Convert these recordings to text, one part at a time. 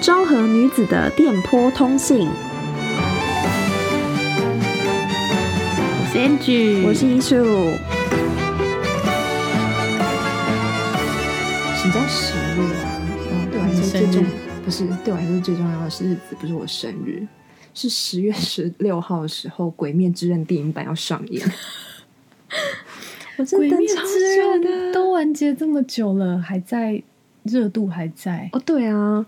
昭和女子的电波通信，我是 Angie，我是一树。始终十月啊，嗯，对我来说最重不是对我来说最重要的是日子，不是我生日，是十月十六号的时候，《鬼灭之刃》电影版要上映。 我真鬼的灭超之久刃的都完结这么久了，还在热度还在，哦，对啊，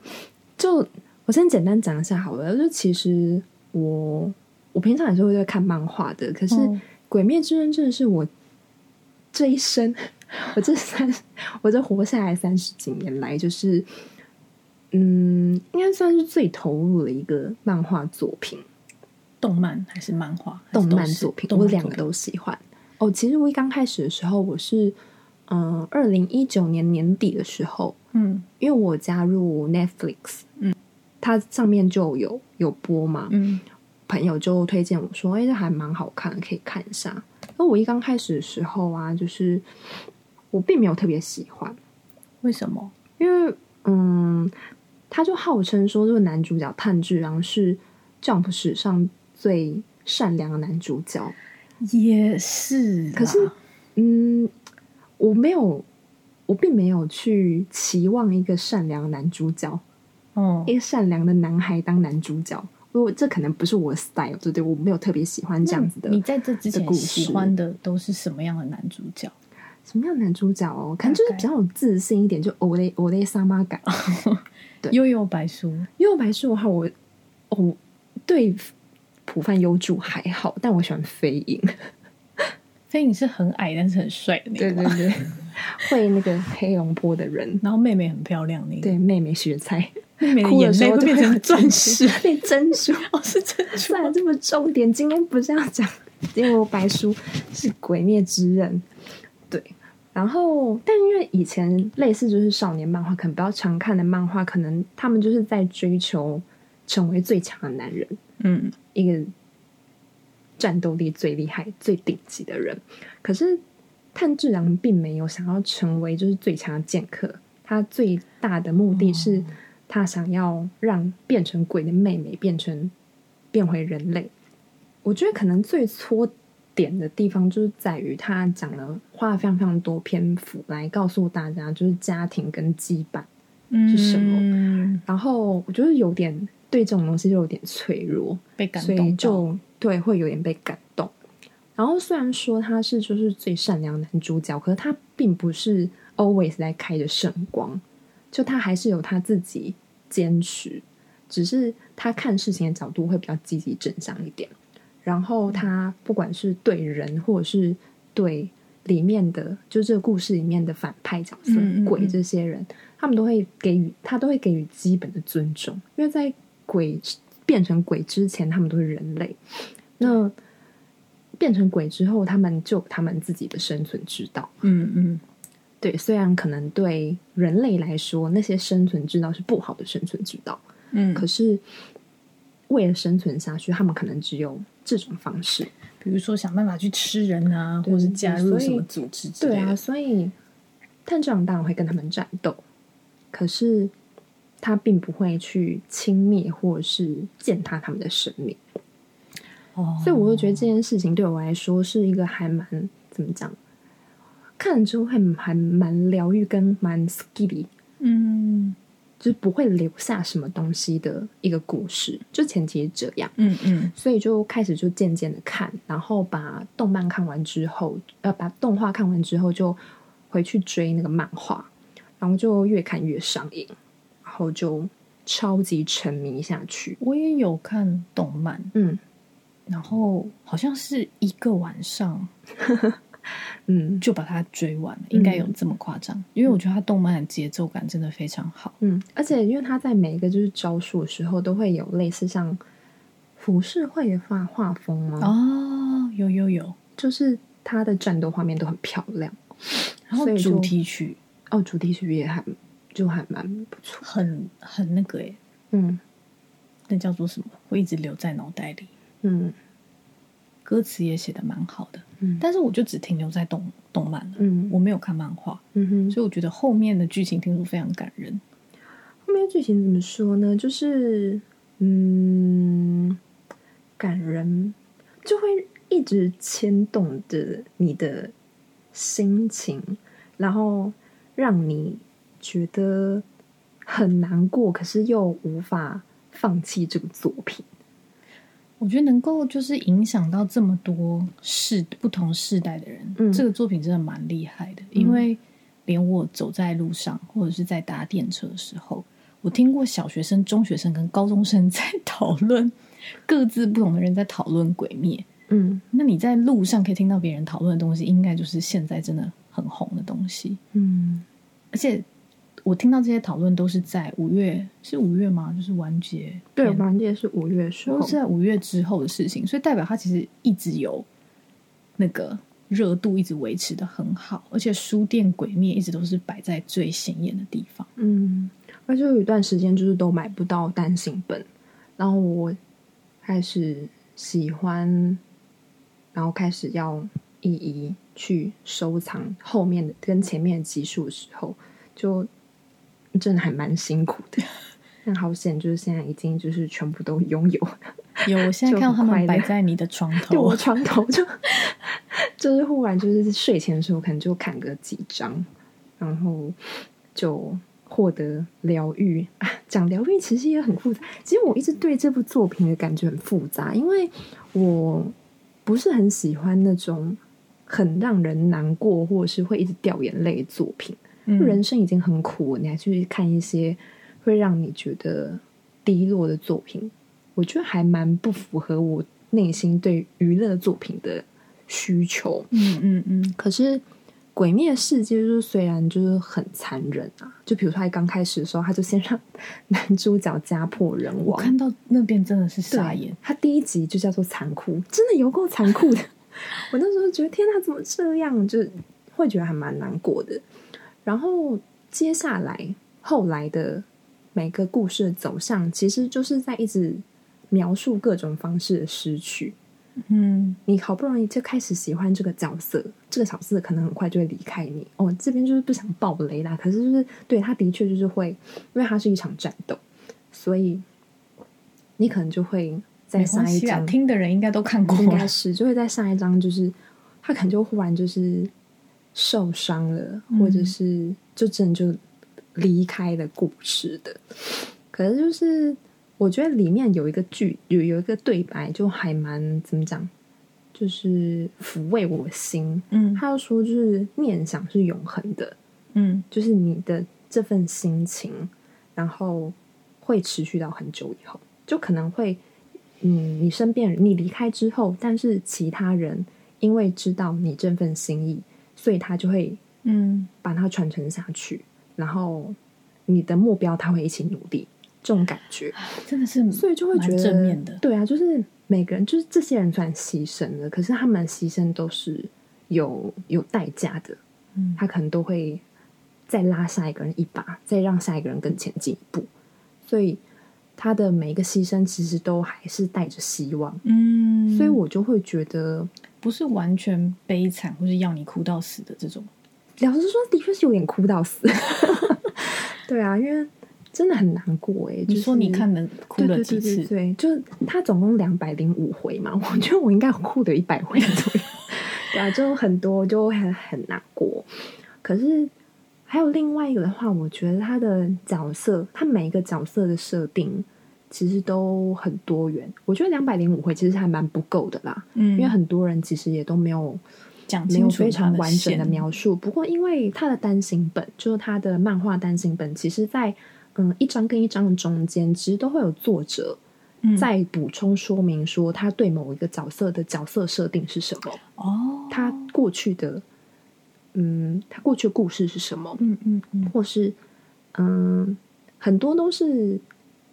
就我先简单讲一下好了。就其实我我平常也是会在看漫画的，可是《嗯鬼灭之刃》真的是我这一生， 我这三我这活下来三十几年来，就是嗯，应该算是最投入的一个漫画作品。动漫还是漫画？还动是都漫是作品，动我漫两个作品都喜欢。哦，其实我一刚开始的时候，我是嗯，二零一九年年底的时候，嗯因为我加入 Netflix，嗯，它上面就有有播嘛，嗯朋友就推荐我说，哎、这还蛮好看的，可以看一下。那我一刚开始的时候啊，就是我并没有特别喜欢，为什么？因为嗯，他就号称说这个男主角炭治郎是 Jump 史上最善良的男主角，也是啦，可是嗯，我没有，我并没有去期望一个善良的男主角，哦，一个哎善良的男孩当男主角。我这可能不是我的 style，对不对？我没有特别喜欢这样子的那你在这之的前故喜事欢的都是什么样的男主角？什么样的男主角哦，可能就是大概哦比较有自信一点，就 ole ole 萨妈感。对悠悠白书，因为我白是我，我我对浦饭优助还好，但我喜欢飞影。飞影是很矮但是很帅的那个对嘛，对对， 会那个黑龙坡的人，然后妹妹很漂亮那个，对妹妹雪 菜，妹妹的哭眼的时泪候会就变会成有钻珍石珠，变珍珠。 哦，是珍 珠算了，这么重点，今天不是要讲因为我白书是《鬼灭之刃》，对。然后，但因为以前类似就是少年漫画，可能比较常看的漫画，可能他们就是在追求成为最强的男人，嗯，一个战斗力最厉害、最顶级的人。可是炭治郎并没有想要成为就是最强的剑客，他最大的目的是他想要让变成鬼的妹妹变成变回人类。我觉得可能最戳点的地方就是在于他讲了花了非常非常多篇幅来告诉大家，就是家庭跟羁绊。是什么么然后我觉得有点对这种东西就有点脆弱，被感所以动到？就对会有点被感动。然后虽然说他是就是最善良的男主角，可是他并不是 always 在开着圣光，就他还是有他自己坚持，只是他看事情的角度会比较积极正向一点。然嗯后他不管是对人或者是对里面的，就这个故事里面的反派角色、嗯嗯嗯鬼这些人，他们都会给予他都会给予基本的尊重，因为在鬼变成鬼之前，他们都是人类。那变成鬼之后，他们就有他们自己的生存之道。嗯嗯，对，虽然可能对人类来说，那些生存之道是不好的生存之道，嗯，可是为了生存下去，他们可能只有这种方式。比如说想办法去吃人啊，对或是加入所以什么组织之对类啊，的，所以炭治郎当然会跟他们战斗，可是他并不会去轻蔑或是践踏他们的生命。哦所以我就觉得这件事情对我来说是一个还蛮怎么讲，看了之后还还蛮疗愈跟蛮 skiddy，嗯就是不会留下什么东西的一个故事。就前提是这样，嗯嗯所以就开始就渐渐的看，然后把动漫看完之后，呃，把动画看完之后就回去追那个漫画，然后就越看越上瘾，然后就超级沉迷下去。我也有看动漫，嗯然后好像是一个晚上嗯就把它追完了，应该有这么夸张，因为我觉得它动漫的节奏感真的非常好。嗯，而且因为他在每一个就是招数的时候，都会有类似像浮世绘的画画风吗？哦，有有有，就是他的战斗画面都很漂亮，然后所以就主题曲哦，主题曲也还就还蛮不错。很很那个诶，嗯那叫做什么？会一直留在脑袋里。嗯，歌词也写的蛮好的，嗯但是我就只停留在动动漫了，嗯我没有看漫画，嗯哼，所以我觉得后面的剧情听说非常感人。后面剧情怎么说呢？就是嗯，感人就会一直牵动着你的心情，然后让你觉得很难过，可是又无法放弃这个作品。我觉得能够就是影响到这么多世不同世代的人，嗯这个作品真的蛮厉害的。因为连我走在路上或者是在搭电车的时候，我听过小学生、中学生跟高中生 在讨论各自不同的人在讨论《鬼灭》。嗯那你在路上可以听到别人讨论的东西，应该就是现在真的很红的东西。嗯而且我听到这些讨论都是在五月，是五月吗？就是完结对，篇完结是五月的时候都，是在五月之后的事情，所以代表它其实一直有那个热度，一直维持的很好，而且书店鬼灭一直都是摆在最显眼的地方。嗯，而且有一段时间就是都买不到单行本，然后我开始喜欢，然后开始要一一去收藏后面的跟前面的集数的时候，就真的还蛮辛苦的。 但好险，就是现在已经就是全部都拥有，有，我现在就看到他很快们乐摆在你的床 对头我，床头就就是忽然就是睡前的时候可能就看个几张，然后就获得疗愈啊。讲疗愈其实也很复杂，其实我一直对这部作品的感觉很复杂，因为我不是很喜欢那种很让人难过或者是会一直掉眼泪的作品。嗯人生已经很苦了，你还去看一些会让你觉得低落的作品，我觉得还蛮不符合我内心对娱乐作品的需求。嗯嗯嗯，可是《鬼灭世界》就是虽然就是很残忍啊，就比如说他刚开始的时候，他就先让 男主角家破人我亡，看到那边真的是对傻眼。。他第一集就叫做残酷，真的有够残酷的。我那时候觉得天哪，怎么这样？就会觉得还蛮难过的。然后接下来后来的每个故事的走向，其实就是在一直描述各种方式的失去。嗯，你好不容易就开始喜欢这个角色，这个角色可能很快就会离开你。哦，这边就是不想爆雷啦，可是就是对他的确就是会，因为它是一场战斗，所以你可能就会在没下关一系啊，章，听的人应该都看过应该了。是就会在上一章，就是他可能就忽然就是受伤了，嗯或者是就真的就离开了故事的。可是就是我觉得里面有一个句有有一个对白，就还蛮怎么讲，就是抚慰我心。嗯他就说，就是念想是永恒的，嗯就是你的这份心情，然后会持续到很久以后，就可能会，嗯，你身边人你离开之后，但是其他人因为知道你这份心意，所以他就会嗯，把它传承下去，然后你的目标他会一起努力，这种感觉，真的是，所以就会觉得蛮正面的对啊，就是每个人，就是这些人虽然牺牲了，可是他们的牺牲都是有有代价的，嗯他可能都会再拉下一个人一把，再让下一个人更前进一步。所以他的每一个牺牲其实都还是带着希望，嗯，所以我就会觉得，不是完全悲惨或是要你哭到死的这种。老实说，的确是有点哭到死。 对啊，因为真的很难过哎、就你是说你看能哭对了对几对次对？对，就是他总共两百零五回嘛，我觉得我应该有哭的一百回左右。对啊，就很多就很很难过。可是还有另外一个的话，我觉得他的角色，他每一个角色的设定其实都很多元。我觉得两百零五回其实还蛮不够的啦，嗯因为很多人其实也都没有讲没有清楚非常它完整的线描述。不过，因为他的单行本，就是他的漫画单行本，其实在嗯一章跟一章的中间，其实都会有作者嗯在补充说明说他对某一个角色的角色设定是什么，哦，他过去的嗯他过去的故事是什么，嗯嗯嗯或是嗯很多都是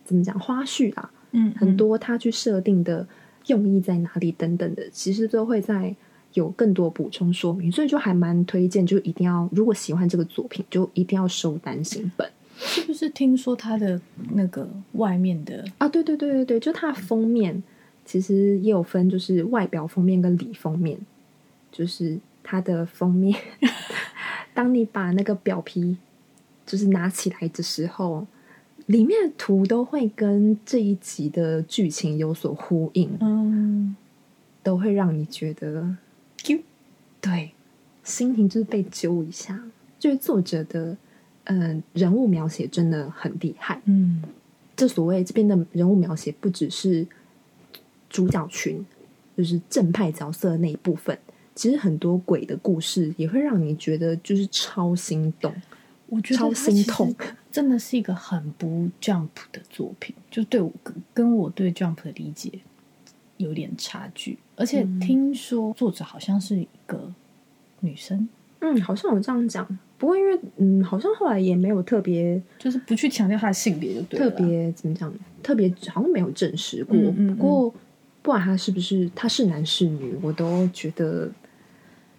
怎么讲花絮啦，嗯很多他去设定的用意在哪里等等的，其实都会在有更多补充说明，所以就还蛮推荐，就一定要如果喜欢这个作品，就一定要收单行本是不是听说他的那个外面的啊！对对对对对，就它的封面其实也有分，就是外表封面跟里封面，就是它的封面，当你把那个表皮就是拿起来的时候，里面的图都会跟这一集的剧情有所呼应，嗯，都会让你觉得啾对，心情就是被揪一下。就是作者的，嗯、人物描写真的很厉害。嗯这所谓这边的人物描写，不只是主角群，就是正派角色的那一部分。其实很多鬼的故事也会让你觉得就是超心动，我觉得超它心其实痛真的是一个很不 Jump 的作品，就对我跟跟我对 Jump 的理解有点差距。而且嗯听说作者好像是一个女生，嗯，好像有这样讲。不过因为嗯，好像后来也没有特别就是不去强调她的性别就对特了。，别怎么讲，特别好像没有证实过。嗯嗯嗯不过不管他是不是他是男是女，我都觉得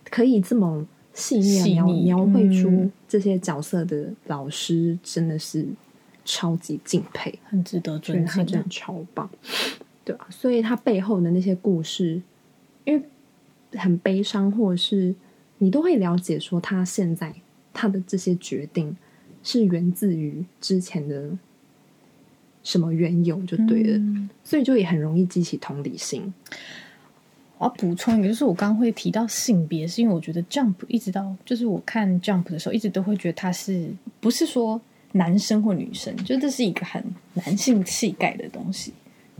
可以这么细腻地描细腻描绘出嗯这些角色的老师，真的是超级敬佩。很值得觉得尊他敬真啊的。超棒， 对啊，所以他背后的那些故事，因为很悲伤，或者是你都会了解说他现在他的这些决定是源自于之前的什么缘由就对了，嗯所以就也很容易激起同理心。我要补充一个，就是我刚刚会提到性别，是因为我觉得 Jump 一直到就是我看 Jump 的时候，一直都会觉得他是不是说男生或女生，就这是一个很男性气概的东西。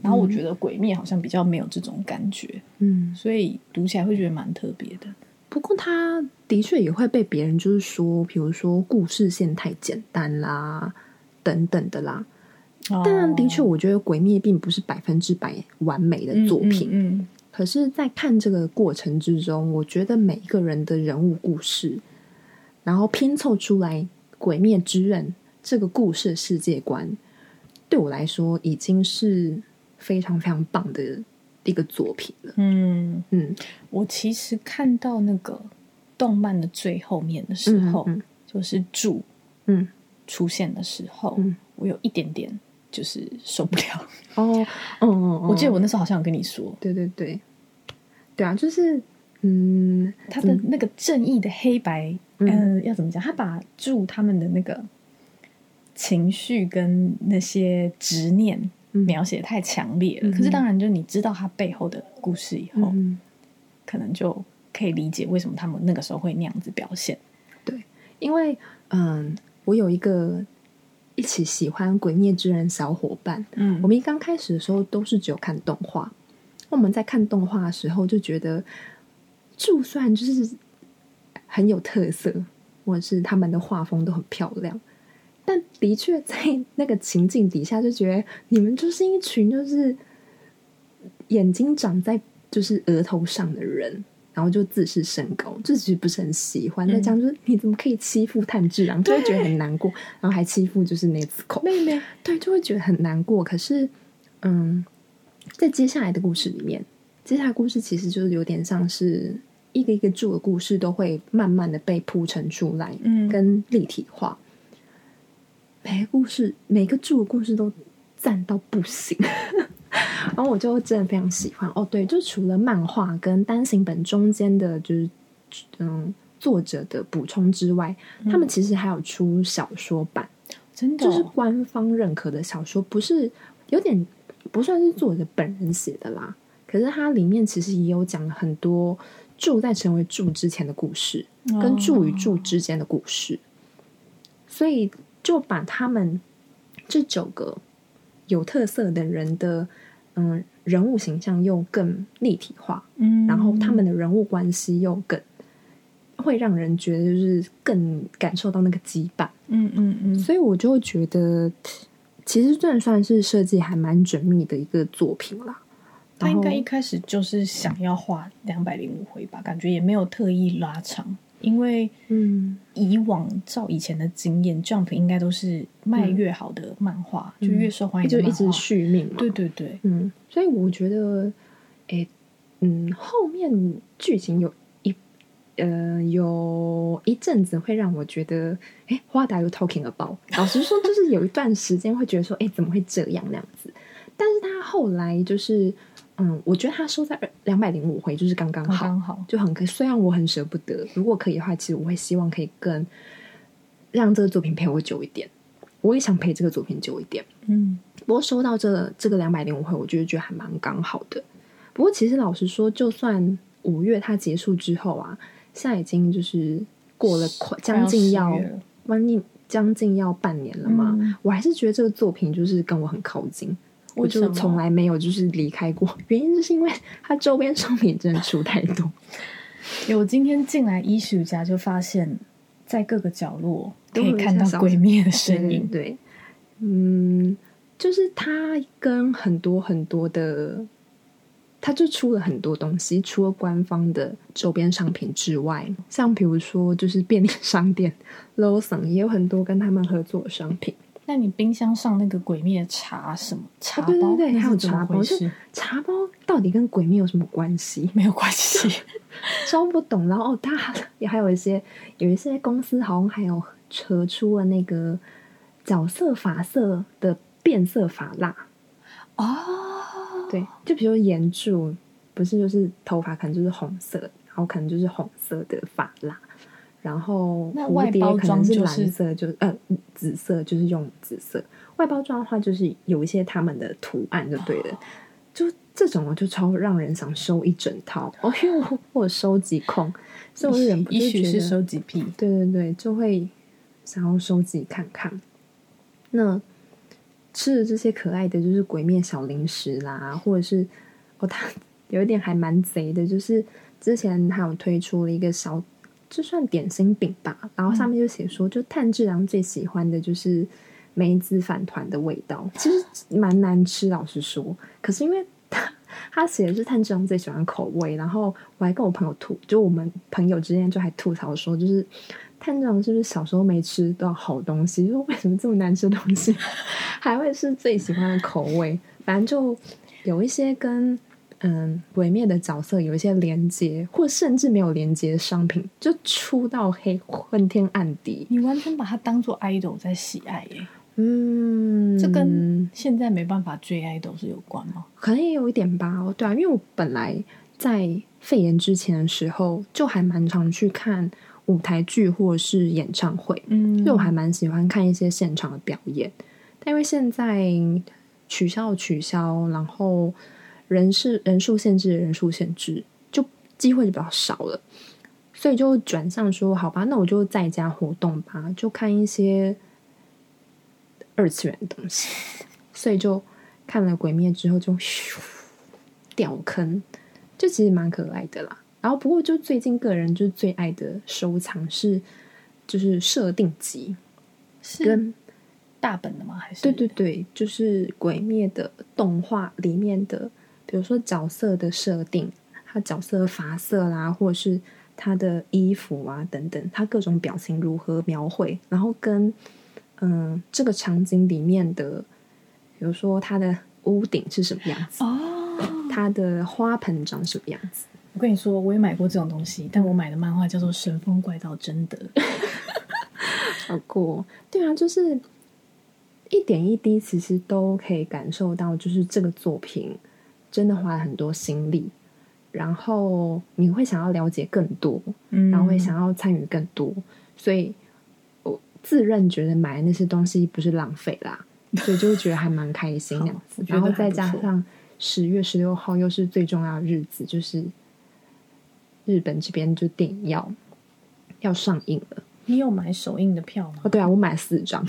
然后我觉得《鬼灭》好像比较没有这种感觉，嗯，所以读起来会觉得蛮特别的。不过他的确也会被别人就是说，比如说故事线太简单啦，等等的啦。当然，的确，哦我觉得《鬼灭》并不是百分之百完美的作品，嗯，嗯可是，在看这个过程之中，我觉得每一个人的人物故事，然后拼凑出来《鬼灭之刃》这个故事的世界观，对我来说已经是非常非常棒的一个作品了。嗯嗯嗯，我其实看到那个动漫的最后面的时候，嗯就是柱嗯出现的时候，嗯我有一点点就是受不了。哦，嗯嗯，嗯我记得我那时候好像有跟你说，对对对，对啊，就是嗯，他的那个正义的黑白，嗯嗯、要怎么讲？他把住他们的那个情绪跟那些执念嗯描写得太强烈了。嗯可是当然，就你知道他背后的故事以后，嗯可能就可以理解为什么他们那个时候会那样子表现。因为嗯，我有一个一起喜欢《鬼灭之刃》小伙伴，嗯我们一刚开始的时候都是只有看动画，我们在看动画的时候就觉得，就算就是很有特色，或者是他们的画风都很漂亮，但的确在那个情境底下，就觉得你们就是一群就是眼睛长在就是额头上的人。然后就自视甚高，这其实不是很喜欢。再嗯这样就是你怎么可以欺负炭治郎，就会觉得很难过，然后还欺负就是那次口。妹妹，对，就会觉得很难过。可是，嗯，在接下来的故事里面，接下来故事其实就是有点像是一个一个柱的故事，都会慢慢的被铺陈出来，嗯跟立体化。每个故事，每个柱的故事都赞到不行。 然后我就真的非常喜欢哦，对，就除了漫画跟单行本中间的，就是嗯作者的补充之外，他们其实还有出小说版，真的就哦、是官方认可的小说，不是有点不算是作者本人写的啦。可是它里面其实也有讲很多柱在成为柱之前的故事，哦跟柱与柱之间的故事，所以就把他们这九个有特色的人的嗯人物形象又更立体化，嗯，然后他们的人物关系又更会让人觉得就是更感受到那个羁绊。嗯嗯嗯，所以我就会觉得，其实真的算是设计还蛮缜密的一个作品啦。他然应后该一开始就是想要画两百零五回吧，感觉也没有特意拉长，因为嗯以往照以前的经验，Jump 应该都是卖越好的漫画、嗯就越受欢迎就的一漫直画，续命嘛。对对对，嗯，所以我觉得，诶，嗯，后面剧情有一呃有一阵子会让我觉得，诶，花达有 talking about。老实说，就是有一段时间会觉得说，诶，怎么会这样那样子？但是他后来就是嗯，我觉得他收在两百零五回就是刚刚刚好，刚好，就很可以。虽然我很舍不得，如果可以的话，其实我会希望可以更让这个作品陪我久一点。我也想陪这个作品久一点。嗯不过收到这这个两百零五回，我就是觉得还蛮刚好的。不过其实老实说，就算五月它结束之后啊，现在已经就是过了快将近要快十月了将近将近要半年了嘛，嗯我还是觉得这个作品就是跟我很靠近。我为什么就从来没有就是离开过，原因就是因为它周边商品真的出太多，有我今天进来艺术家就发现，在各个角落可都有以看到一些小鬼灭的身对影。对对，嗯，就是它跟很多很多的，它就出了很多东西，除了官方的周边商品之外，像比如说就是便利商店 Lawson 也有很多跟他们合作的商品。那你冰箱上那个鬼灭茶什么茶包？啊对对对那还有是怎么茶包回就事茶包到底跟鬼灭有什么关系？ 没有关系。烧不懂。然后哦，它也还有一些有一些公司好像还有扯出了那个角色发色的变色发蜡，哦，对，就比如岩柱，不是就是头发可能就是红色，然后可能就是红色的发蜡。然后那蝴外蝶包可装能是就蓝是色，就是呃紫色，就是用紫色。外包装的话，就是有一些他们的图案就对了。哦就这种，我就超让人想收一整套。哦，因为我我有收集控，所以我就忍不 住也许觉得是收集癖。对对对，就会想要收集看看。那吃的这些可爱的，就是鬼面小零食啦，或者是哦，它 有一点还蛮贼的，就是之前还有推出了一个小，这算点心饼吧，然后上面就写说，就炭治郎最喜欢的就是梅子饭团的味道，其实蛮难吃，老实说，可是因为它。他写的是炭治郎最喜欢的口味，然后我还跟我朋友吐，就我们朋友之间就还吐槽说，就是炭治郎是不是小时候没吃到好东西，就为什么这么难吃的东西 还会是最喜欢的口味？反正就有一些跟嗯鬼灭的角色有一些连接，或甚至没有连接的商品，就出到黑昏天暗地。你完全把它当做 idol 在喜爱耶，嗯，这跟现在没办法追 idol 是有关吗？可能也有一点吧，哦对啊，因为我本来在肺炎之前的时候，就还蛮常去看舞台剧或是演唱会，嗯因为我还蛮喜欢看一些现场的表演。但因为现在取消取消，然后人是人数限制，人数限制，就机会就比较少了，所以就转向说，好吧，那我就在家活动吧，就看一些二次元的东西。所以就看了《鬼灭》之后就咻掉坑，就其实蛮可爱的啦。然后不过就最近个人就是最爱的收藏是就是设定集是跟大本的吗？还是对对对，就是《鬼灭》的动画里面的，比如说角色的设定，他角色的发色啦，或者是他的衣服啊等等，他各种表情如何描绘，然后跟嗯、这个场景里面的，比如说他的屋顶是什么样子，哦，他的花盆长什么样子，我跟你说，我也买过这种东西，但我买的漫画叫做《神风怪盗贞 德》。好过，对啊，就是一点一滴，其实都可以感受到，就是这个作品真的花了很多心力，然后你会想要了解更多，嗯然后会想要参与更多，所以我自认觉得买的那些东西不是浪费啦，所以就会觉得还蛮开 心好那样子我。觉然得后还再不加错上十月十六号又是最重要的日子，就是日本这边就电影要要上映了。你有买首映的票吗哦，？对啊，我买了四张。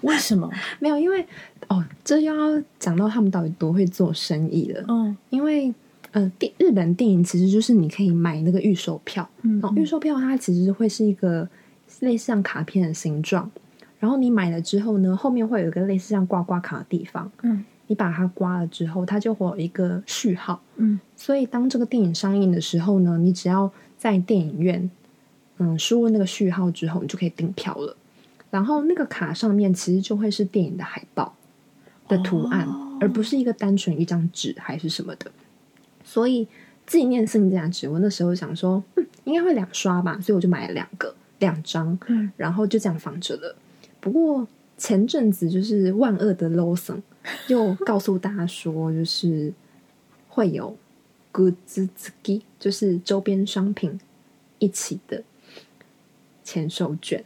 为什么？没有，因为哦，这又要讲到他们到底多会做生意了。 嗯因为呃，电日本电影其实就是你可以买那个预售票，嗯然后预售票它其实会是一个类似像卡片的形状，然后你买了之后呢，后面会有一个类似像刮刮卡的地方，嗯你把它刮了之后，它就会有一个序号，嗯所以当这个电影上映的时候呢，你只要在电影院，嗯，输入那个序号之后，你就可以订票了。然后那个卡上面其实就会是电影的海报的图案，哦而不是一个单纯一张纸还是什么的。所以纪念性价值，我那时候想说，嗯，应该会两刷吧，所以我就买了两个两张，嗯，然后就这样放着了。不过前阵子就是万恶的 Lawson 又告诉大家说，就是会有 good z k i 就是周边商品一起的签售券，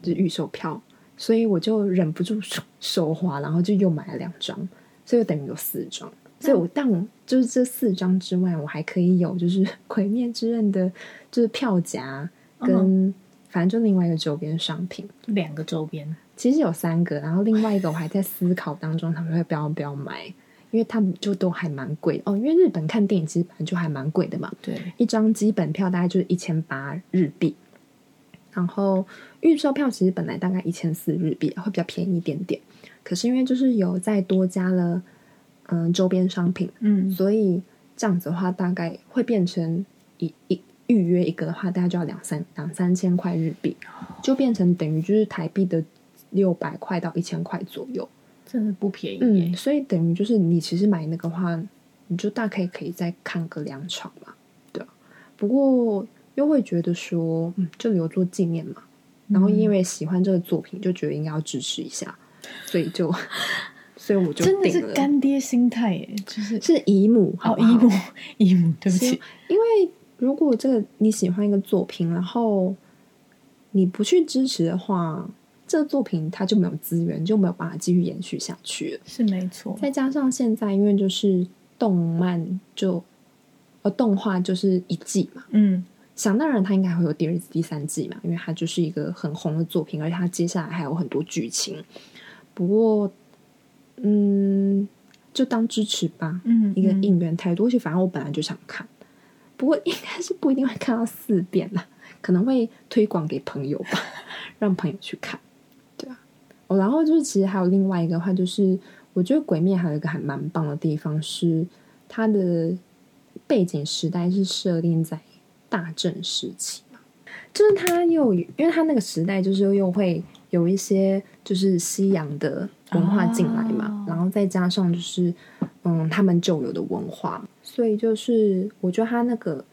就是预售票，所以我就忍不住手手滑，然后就又买了两张，所以我等于有四张。所以我，但我就是这四张之外，我还可以有就是《鬼灭之刃》的，就是票夹跟、反正就另外一个周边商品。两个周边，其实有三个，然后另外一个我还在思考当中，他们要不要不要买，因为他们就都还蛮贵的哦。因为日本看电影其实本来就还蛮贵的嘛，对，一张基本票大概就是一千八日币，然后预售票其实本来大概一千四日币，会比较便宜一点点。可是因为就是有再多加了嗯、周边商品，嗯，所以这样子的话，大概会变成一一预约一个的话，大概就要两三两三千块日币，就变成等于就是台币的六百块到一千块左右。真的不便宜耶嗯，，所以等于就是你其实买那个话，你就大概可以再看个两场吧，对啊。不过又会觉得说，嗯，就留作纪念嘛。然后因为喜欢这个作品，就觉得应该要支持一下，所以就，所以我就真的定是了。干爹心态耶，就是是姨母，好哦，不姨好母， 姨母，对不是起，因为如果这个你喜欢一个作品，然后你不去支持的话，这个作品它就没有资源，就没有办法继续延续下去了。是没错，再加上现在因为就是动漫就呃动画就是一季嘛，嗯，想当然它应该会有第二季、第三季嘛，因为它就是一个很红的作品，而且它接下来还有很多剧情。不过，嗯，就当支持吧，嗯，一个嗯应援态度，而且反正我本来就想看，不过应该是不一定会看到四遍啦，可能会推广给朋友吧， 让朋友去看，对啊。哦，然后就是其实还有另外一个话，就是我觉得《鬼灭》还有一个还蛮棒的地方是它的背景时代是设定在大正时期嘛，就是它又因为它那个时代就是又会有一些就是西洋的文化进来嘛，哦然后再加上就是嗯他们旧有的文化，所以就是我觉得它那个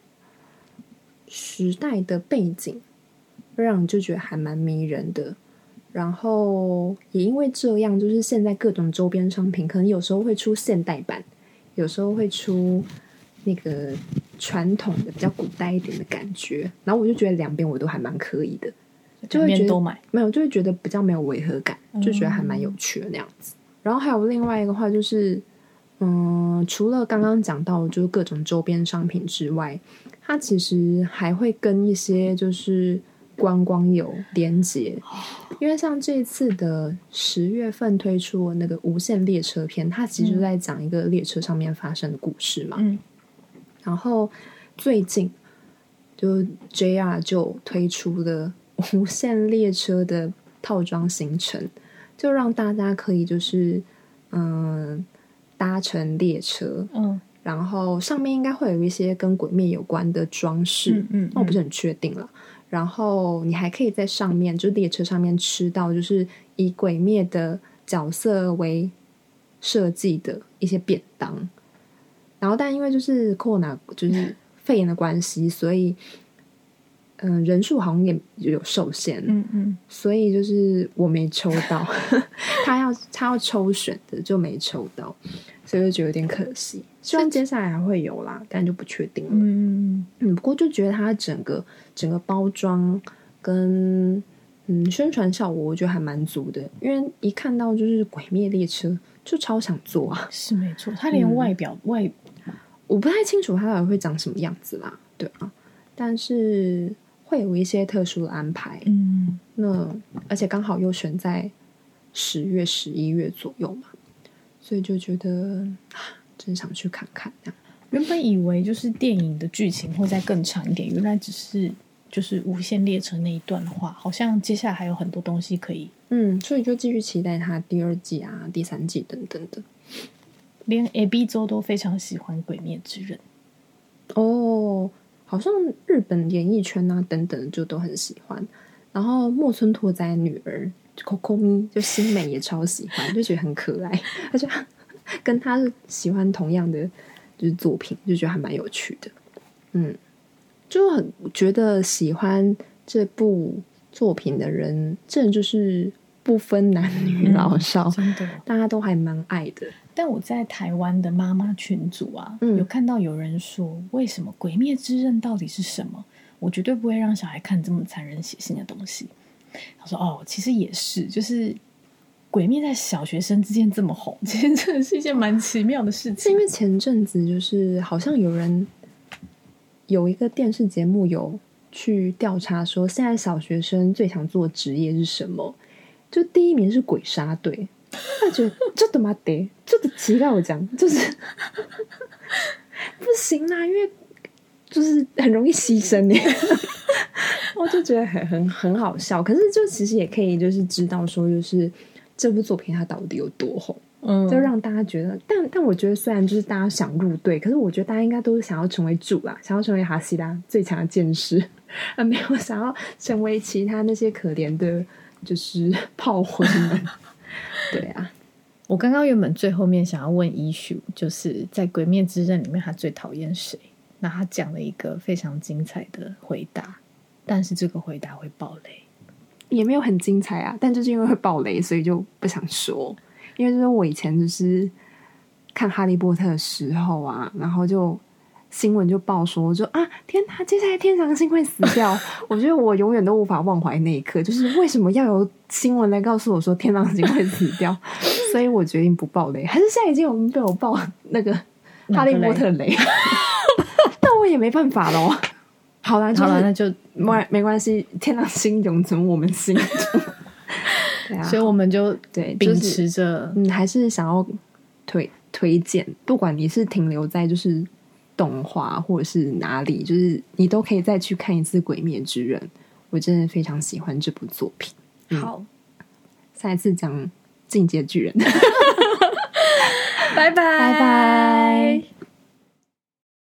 时代的背景让人就觉得还蛮迷人的。然后也因为这样，就是现在各种周边商品，可能有时候会出现代版，有时候会出那个传统的比较古代一点的感觉。然后我就觉得两边我都还蛮可以的，就两会觉边得都买，没有就会觉得比较没有违和感，就觉得还蛮有趣的那样子。然后还有另外一个话就是，嗯，除了刚刚讲到就是各种周边商品之外，它其实还会跟一些就是观光有连接，因为像这一次的十月份推出的那个《无限列车篇》，它其实就在讲一个列车上面发生的故事嘛。嗯，然后最近就 JR 就推出了无限列车的套装行程，就让大家可以就是嗯搭乘列车，嗯然后上面应该会有一些跟鬼灭有关的装饰嗯，嗯，那我不是很确定了。然后你还可以在上面，就列车上面吃到，就是以鬼灭的角色为设计的一些便当。然后，但因为就是 corona 就是肺炎的关系，所以嗯、呃人数好像也有受限，嗯嗯所以就是我没抽到， 他要他要抽选的就没抽到，所以就觉得有点可惜。希望接下来还会有啦，但就不确定了。嗯嗯嗯，不过就觉得它整个整个包装跟嗯宣传效果，我觉得还蛮足的。因为一看到就是《鬼灭列车》，就超想做啊！嗯， 是没错，他连外表外我不太清楚它到底会长什么样子啦，对啊，但是会有一些特殊的安排。嗯那而且刚好又选在十月、十一月左右嘛，所以就觉得啊真想去看看这样。原本以为就是电影的剧情会再更长一点，原来只是就是无限列车那一段话，好像接下来还有很多东西可以，嗯，所以就继续期待它第二季啊、第三季等等的。连 A B 周都非常喜欢《鬼灭之刃》，哦，好像日本演艺圈啊等等就都很喜欢。然后木村拓哉女儿 Kokomi 就新美也超喜欢，就觉得很可爱，而且她 跟她喜欢同样的就是作品，就觉得还蛮有趣的。嗯，就很觉得喜欢这部作品的人，真的就是不分男女老少，嗯真的。大家都还蛮爱的。但我在台湾的妈妈群组啊，嗯有看到有人说，为什么《鬼灭之刃》到底是什么？我绝对不会让小孩看这么残忍血腥的东西。他说：“哦，其实也是，就是《鬼灭》在小学生之间这么红， 其实真的是一件蛮奇妙的事是情因。为前阵子就是好像有人有一个电视节目有去调查说，现在小学生最想做的职业是什么？就第一名是鬼杀队，那觉得这他妈得，这个奇怪我讲就是不行啦，因为就是很容易牺牲耶。我就觉得很很很好笑，可是就其实也可以就是知道说，就是这部作品它到底有多红。嗯，就让大家觉得，但但我觉得虽然就是大家想入队，可是我觉得大家应该都是想要成为主啦，想要成为哈希拉最强的剑士， 啊，没有想要成为其他那些可怜的，就是 炮灰们。 对啊，我刚刚原本最后面想要问 issue，就是在《鬼灭之刃》里面他最讨厌谁？那他讲了一个非常精彩的回答，但是这个回答会爆雷。也没有很精彩啊，但就是因为会爆雷，所以就不想说。因为就是我以前就是看《哈利波特》的时候啊，然后就新闻就报说，就啊，天哪，接下来天狼星会死掉。 我觉得我永远都无法忘怀那一刻，就是为什么要有新闻来告诉我说天狼星会死掉？ 所以我决定不爆雷，还是现在已经有人被我爆那个《哈利波特》雷， 但我也没办法喽。好啦，就好了，那是就，没没关系，天狼星永存我们 心中。对啊，所以我们就对就秉是持着嗯，还是想要推推荐，不管你是停留在就是动画或者是哪里，就是你都可以再去看一次《鬼灭之刃》。我真的非常喜欢这部作品。嗯好，下一次讲《进阶巨人》。拜拜，拜拜。